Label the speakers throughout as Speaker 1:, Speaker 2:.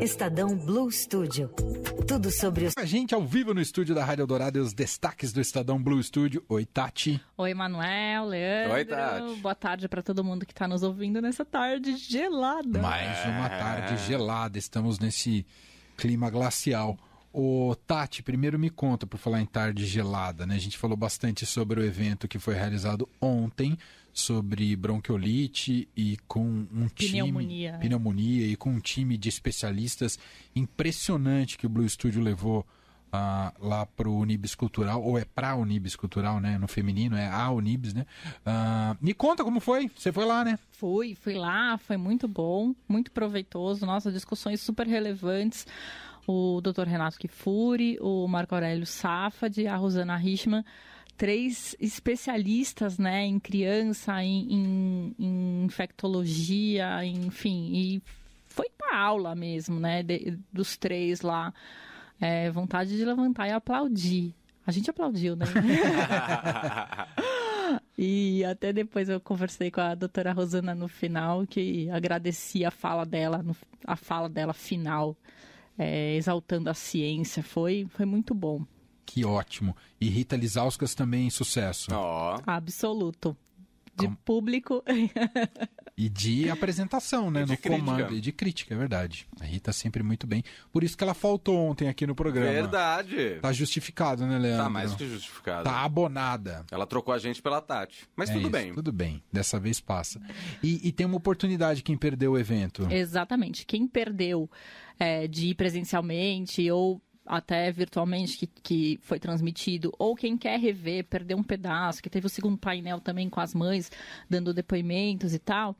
Speaker 1: Estadão Blue Studio. Tudo sobre os.
Speaker 2: Tá A gente ao vivo no estúdio da Rádio Dourado e os destaques do Estadão Blue Studio. Oi, Tati.
Speaker 3: Oi, Manuel, Leandro.
Speaker 4: Oi, Tati.
Speaker 3: Boa tarde para todo mundo que está nos ouvindo nessa tarde gelada.
Speaker 2: Mais uma tarde gelada. Estamos nesse clima glacial. Ô, Tati, primeiro me conta, por falar em tarde gelada, né? A gente falou bastante sobre o evento que foi realizado ontem, sobre bronquiolite e com um time...
Speaker 3: Pneumonia.
Speaker 2: Pneumonia e com um time de especialistas impressionante que o Blue Studio levou ah, lá pro Unibis Cultural, ou é pra Unibis Cultural, né? No feminino, é a Unibis, né? Ah, me conta como foi, você foi lá, né?
Speaker 3: Fui, fui lá, foi muito bom, muito proveitoso. Nossa, discussões super relevantes. O Dr. Renato Kifuri, o Marco Aurélio Safad, a Rosana Richman, três especialistas, né, em criança, em, em- em infectologia, enfim, e foi uma aula mesmo, né, de- dos três lá. É, vontade de levantar e aplaudir. A gente aplaudiu, né? E até depois eu conversei com a doutora Rosana no final, que agradeci a fala dela, no- a fala dela final, é, exaltando a ciência. Foi, foi muito bom.
Speaker 2: Que ótimo. E Rita Lizauskas também, sucesso.
Speaker 4: Ó,
Speaker 3: Absoluto. De
Speaker 2: Como?
Speaker 3: público.
Speaker 2: E de apresentação, né?
Speaker 4: E de
Speaker 2: no
Speaker 4: crítica.
Speaker 2: comando. E de crítica, é verdade. A Rita sempre muito bem. Por isso que ela faltou ontem aqui no programa.
Speaker 4: verdade. Tá,
Speaker 2: Tá justificado, né, Leandro?
Speaker 4: mais que justificado.
Speaker 2: Tá abonada.
Speaker 4: Ela trocou a gente pela Tati. Mas
Speaker 2: É
Speaker 4: tudo
Speaker 2: isso,
Speaker 4: bem.
Speaker 2: Tudo bem. Dessa vez passa. E, e tem uma oportunidade quem perdeu o evento.
Speaker 3: Exatamente. Quem perdeu é, de ir presencialmente ou até virtualmente que, que foi transmitido, ou quem quer rever, perdeu um pedaço, que teve o segundo painel também com as mães dando depoimentos e tal.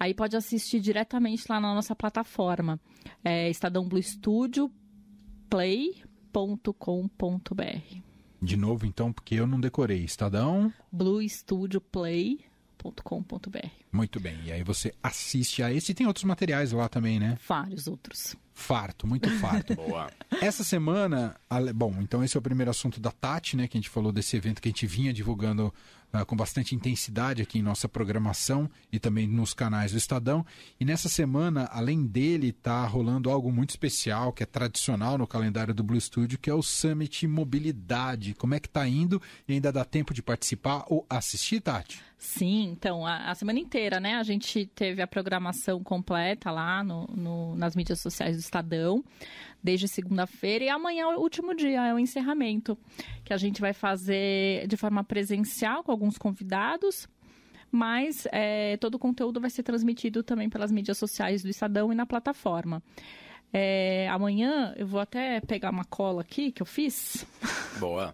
Speaker 3: Aí pode assistir diretamente lá na nossa plataforma, é, Estadão Blue Studio play.com.br.
Speaker 2: De novo, então, porque eu não decorei. Estadão.
Speaker 3: bluestudioplay.com.br.
Speaker 2: Muito bem. E aí você assiste a esse. E tem outros materiais lá também, né?
Speaker 3: Vários outros.
Speaker 2: Farto, muito farto.
Speaker 4: Boa.
Speaker 2: Essa semana, ale- bom, então esse é o primeiro assunto da Tati, né? Que a gente falou desse evento que a gente vinha divulgando ah, com bastante intensidade aqui em nossa programação e também nos canais do Estadão. E nessa semana, além dele, tá rolando algo muito especial, que é tradicional no calendário do Blue Studio, que é o Summit Mobilidade. Como é que tá indo? E ainda dá tempo de participar ou assistir, Tati?
Speaker 3: Sim, então, a, a semana inteira, né? A gente teve a programação completa lá no, no- nas mídias sociais do Estadão, desde segunda-feira. E amanhã é o último dia, é o encerramento, que a gente vai fazer de forma presencial com alguns convidados. Mas é, todo o conteúdo vai ser transmitido também pelas mídias sociais do Estadão e na plataforma. É, amanhã eu vou até pegar uma cola aqui que eu fiz.
Speaker 4: Boa.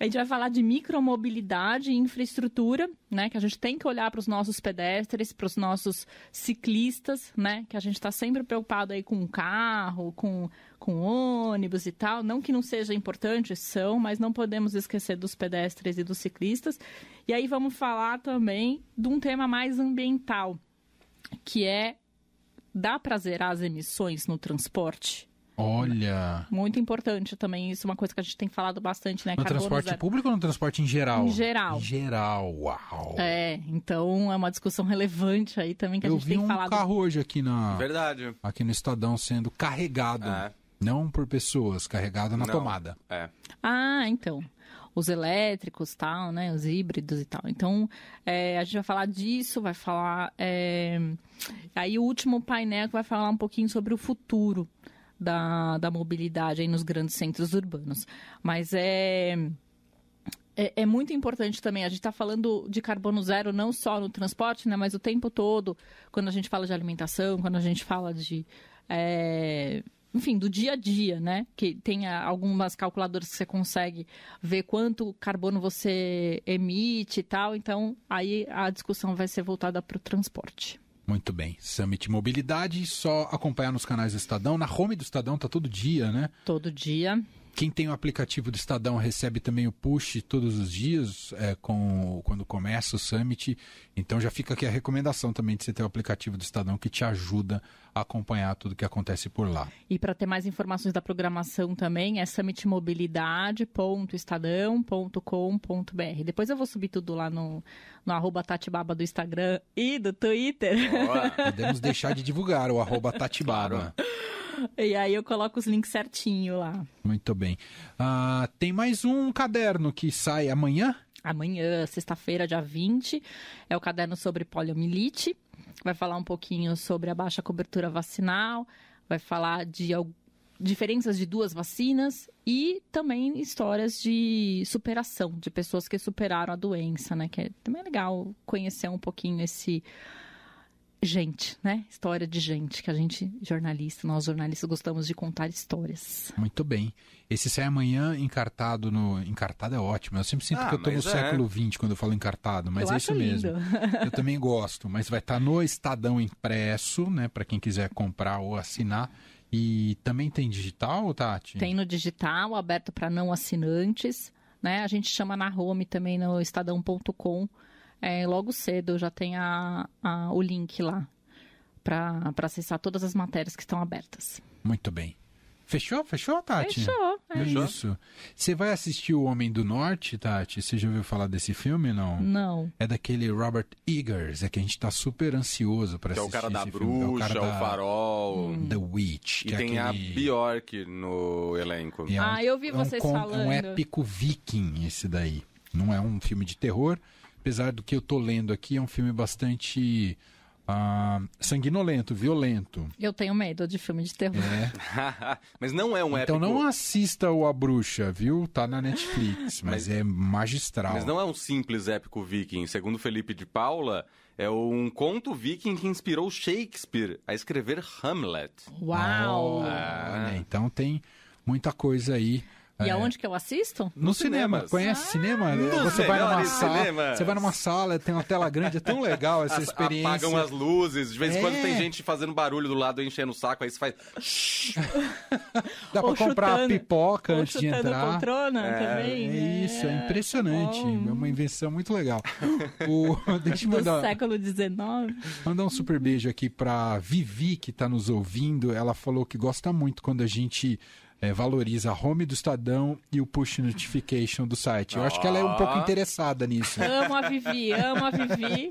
Speaker 3: A gente vai falar de micromobilidade e infraestrutura, né? Que a gente tem que olhar para os nossos pedestres, para os nossos ciclistas, né? Que a gente está sempre preocupado aí com o carro, com, com ônibus e tal. Não que não seja importante, são, mas não podemos esquecer dos pedestres e dos ciclistas. E aí vamos falar também de um tema mais ambiental, que é dá para zerar as emissões no transporte?
Speaker 2: Olha.
Speaker 3: Muito importante também isso, é uma coisa que a gente tem falado bastante, né?
Speaker 2: No
Speaker 3: Carbono
Speaker 2: transporte
Speaker 3: zero.
Speaker 2: público ou no transporte em geral?
Speaker 3: Em geral.
Speaker 2: Em geral, uau.
Speaker 3: É, então é uma discussão relevante aí também que a
Speaker 2: Eu
Speaker 3: gente
Speaker 2: vi
Speaker 3: tem
Speaker 2: um
Speaker 3: falado.
Speaker 2: carro hoje aqui na,
Speaker 4: Verdade.
Speaker 2: aqui no Estadão sendo carregado.
Speaker 4: É.
Speaker 2: Não por pessoas, carregado na
Speaker 4: Não.
Speaker 2: tomada.
Speaker 4: É.
Speaker 3: Ah, então. Os elétricos tal, né? Os híbridos e tal. Então, é, a gente vai falar disso, vai falar. é, Aí o último painel que vai falar um pouquinho sobre o futuro da, da mobilidade aí nos grandes centros urbanos. Mas é. É, é muito importante também, a gente está falando de carbono zero não só no transporte, né, mas o tempo todo, quando a gente fala de alimentação, quando a gente fala de. é, enfim, do dia a dia, né? Que tem ah, algumas calculadoras que você consegue ver quanto carbono você emite e tal. Então, aí a discussão vai ser voltada para o transporte.
Speaker 2: Muito bem. Summit Mobilidade, só acompanhar nos canais do Estadão. Na home do Estadão tá todo dia, né?
Speaker 3: Todo dia.
Speaker 2: Quem tem o aplicativo do Estadão recebe também o push todos os dias, é, com, quando começa o Summit. Então já fica aqui a recomendação também de você ter o aplicativo do Estadão que te ajuda a acompanhar tudo que acontece por lá.
Speaker 3: E para ter mais informações da programação também é summitmobilidade.estadão.com.br. Depois eu vou subir tudo lá no, no arroba Tatibaba do Instagram e do Twitter.
Speaker 4: Boa.
Speaker 2: Podemos deixar de divulgar o arroba Tatibaba.
Speaker 3: E aí eu coloco os links certinho lá.
Speaker 2: Muito bem. Ah, tem mais um caderno que sai amanhã?
Speaker 3: Amanhã, sexta-feira, dia 20, é o caderno sobre poliomielite. Vai falar um pouquinho sobre a baixa cobertura vacinal, vai falar de al- diferenças de duas vacinas e também histórias de superação, de pessoas que superaram a doença, né? Que é também é legal conhecer um pouquinho esse gente, né? História de gente, que a gente, jornalista, nós jornalistas gostamos de contar histórias.
Speaker 2: Muito bem. Esse sai amanhã encartado no. Encartado é ótimo. Eu sempre sinto
Speaker 4: Ah,
Speaker 2: que eu tô no
Speaker 4: mas é.
Speaker 2: século XX quando eu falo encartado, mas
Speaker 3: Eu
Speaker 2: é
Speaker 3: acho
Speaker 2: isso mesmo.
Speaker 3: lindo.
Speaker 2: Eu também gosto, mas vai estar no Estadão Impresso, né? Para quem quiser comprar ou assinar. E também tem digital, Tati?
Speaker 3: Tem no digital, aberto para não assinantes. Né? A gente chama na home também no estadão.com. É, logo cedo já tem a, a- o link lá para acessar todas as matérias que estão abertas.
Speaker 2: Muito bem. Fechou? Fechou, Tati?
Speaker 3: Fechou. É.
Speaker 2: É
Speaker 4: Fechou.
Speaker 2: isso. Você vai assistir O Homem do Norte, Tati? Você já ouviu falar desse filme, não?
Speaker 3: Não.
Speaker 2: É daquele Robert Eggers, é que a gente tá super ansioso pra
Speaker 4: Que é
Speaker 2: assistir
Speaker 4: o cara da
Speaker 2: esse filme.
Speaker 4: bruxa,
Speaker 2: é o cara da
Speaker 4: o farol.
Speaker 2: The Witch.
Speaker 4: Hum. E
Speaker 2: que é aquele-
Speaker 4: tem a Bjork no elenco.
Speaker 2: E é um-
Speaker 3: Ah, eu vi
Speaker 2: é um
Speaker 3: vocês
Speaker 2: con- É um
Speaker 3: falando.
Speaker 2: épico viking esse daí. Não é um filme de terror, apesar do que eu tô lendo aqui, é um filme bastante ah, sanguinolento, violento.
Speaker 3: Eu tenho medo de filme de terror.
Speaker 2: É.
Speaker 4: Mas não é um
Speaker 2: Então
Speaker 4: épico.
Speaker 2: não assista o A Bruxa, viu? Tá na Netflix, mas,
Speaker 4: Mas-
Speaker 2: é magistral.
Speaker 4: Mas não é um simples épico viking. Segundo Felipe de Paula, é um conto viking que inspirou Shakespeare a escrever Hamlet.
Speaker 3: Uau!
Speaker 2: É. Ah, né? Então tem muita coisa aí.
Speaker 3: E
Speaker 2: é,
Speaker 3: aonde que eu assisto?
Speaker 2: No
Speaker 4: Nos
Speaker 2: cinema.
Speaker 4: cinemas.
Speaker 3: Ah!
Speaker 2: Conhece cinema?
Speaker 4: nos
Speaker 2: Você vai numa
Speaker 4: melhores
Speaker 2: sala,
Speaker 4: cinemas.
Speaker 2: você vai numa sala, tem uma tela grande, é tão legal essa
Speaker 4: As-
Speaker 2: experiência.
Speaker 4: Apagam as luzes, de vez em
Speaker 2: É.
Speaker 4: quando tem gente fazendo barulho do lado, enchendo o saco, aí você faz.
Speaker 2: Dá pra
Speaker 3: Ou
Speaker 2: comprar
Speaker 3: chutando-
Speaker 2: pipoca
Speaker 3: Ou
Speaker 2: antes de
Speaker 3: chutando
Speaker 2: entrar.
Speaker 3: poltrona também?
Speaker 2: É isso, é impressionante.
Speaker 3: né? tá bom.
Speaker 2: É uma invenção muito legal. O- deixa eu
Speaker 3: Do
Speaker 2: mandar,
Speaker 3: século XIX.
Speaker 2: mandar um super beijo aqui pra Vivi, que tá nos ouvindo. Ela falou que gosta muito quando a gente eh, valoriza a home do Estadão e o push notification do site. Eu acho que ela é um
Speaker 4: Ó.
Speaker 2: pouco interessada nisso.
Speaker 3: Amo a Vivi, amo a Vivi.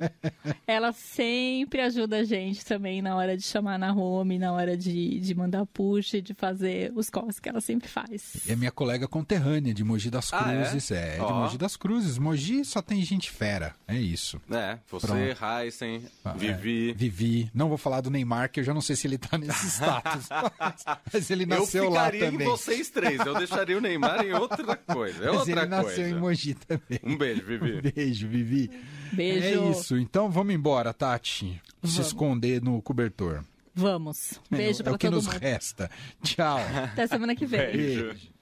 Speaker 3: Ela sempre ajuda a gente também na hora de chamar na home, na hora de, de mandar push, de fazer os calls que ela sempre faz.
Speaker 2: É minha colega conterrânea de Mogi das
Speaker 4: Ah, é?
Speaker 2: Cruzes. é? de
Speaker 4: Ó.
Speaker 2: Mogi das Cruzes. Mogi só tem gente fera. É isso.
Speaker 4: É, você, Heisen,
Speaker 2: Ah, é.
Speaker 4: Vivi.
Speaker 2: Vivi. Não vou falar do Neymar, que eu já não sei se ele tá nesse status. mas, mas ele
Speaker 4: Eu
Speaker 2: nasceu lá
Speaker 4: ficaria em
Speaker 2: também.
Speaker 4: vocês três, eu deixaria o Neymar em outra coisa. É
Speaker 2: mas ele
Speaker 4: outra
Speaker 2: nasceu em
Speaker 4: coisa.
Speaker 2: Mogi também.
Speaker 4: Um beijo, Vivi.
Speaker 2: Beijo, Vivi.
Speaker 3: Beijo.
Speaker 2: É isso. Então vamos embora, Tati. Se esconder no cobertor.
Speaker 3: Vamos.
Speaker 2: É o-
Speaker 3: Beijo
Speaker 2: é
Speaker 3: pra
Speaker 2: o que
Speaker 3: todo
Speaker 2: nos
Speaker 3: mundo.
Speaker 2: resta. Tchau.
Speaker 3: Até semana que vem.
Speaker 4: Beijo.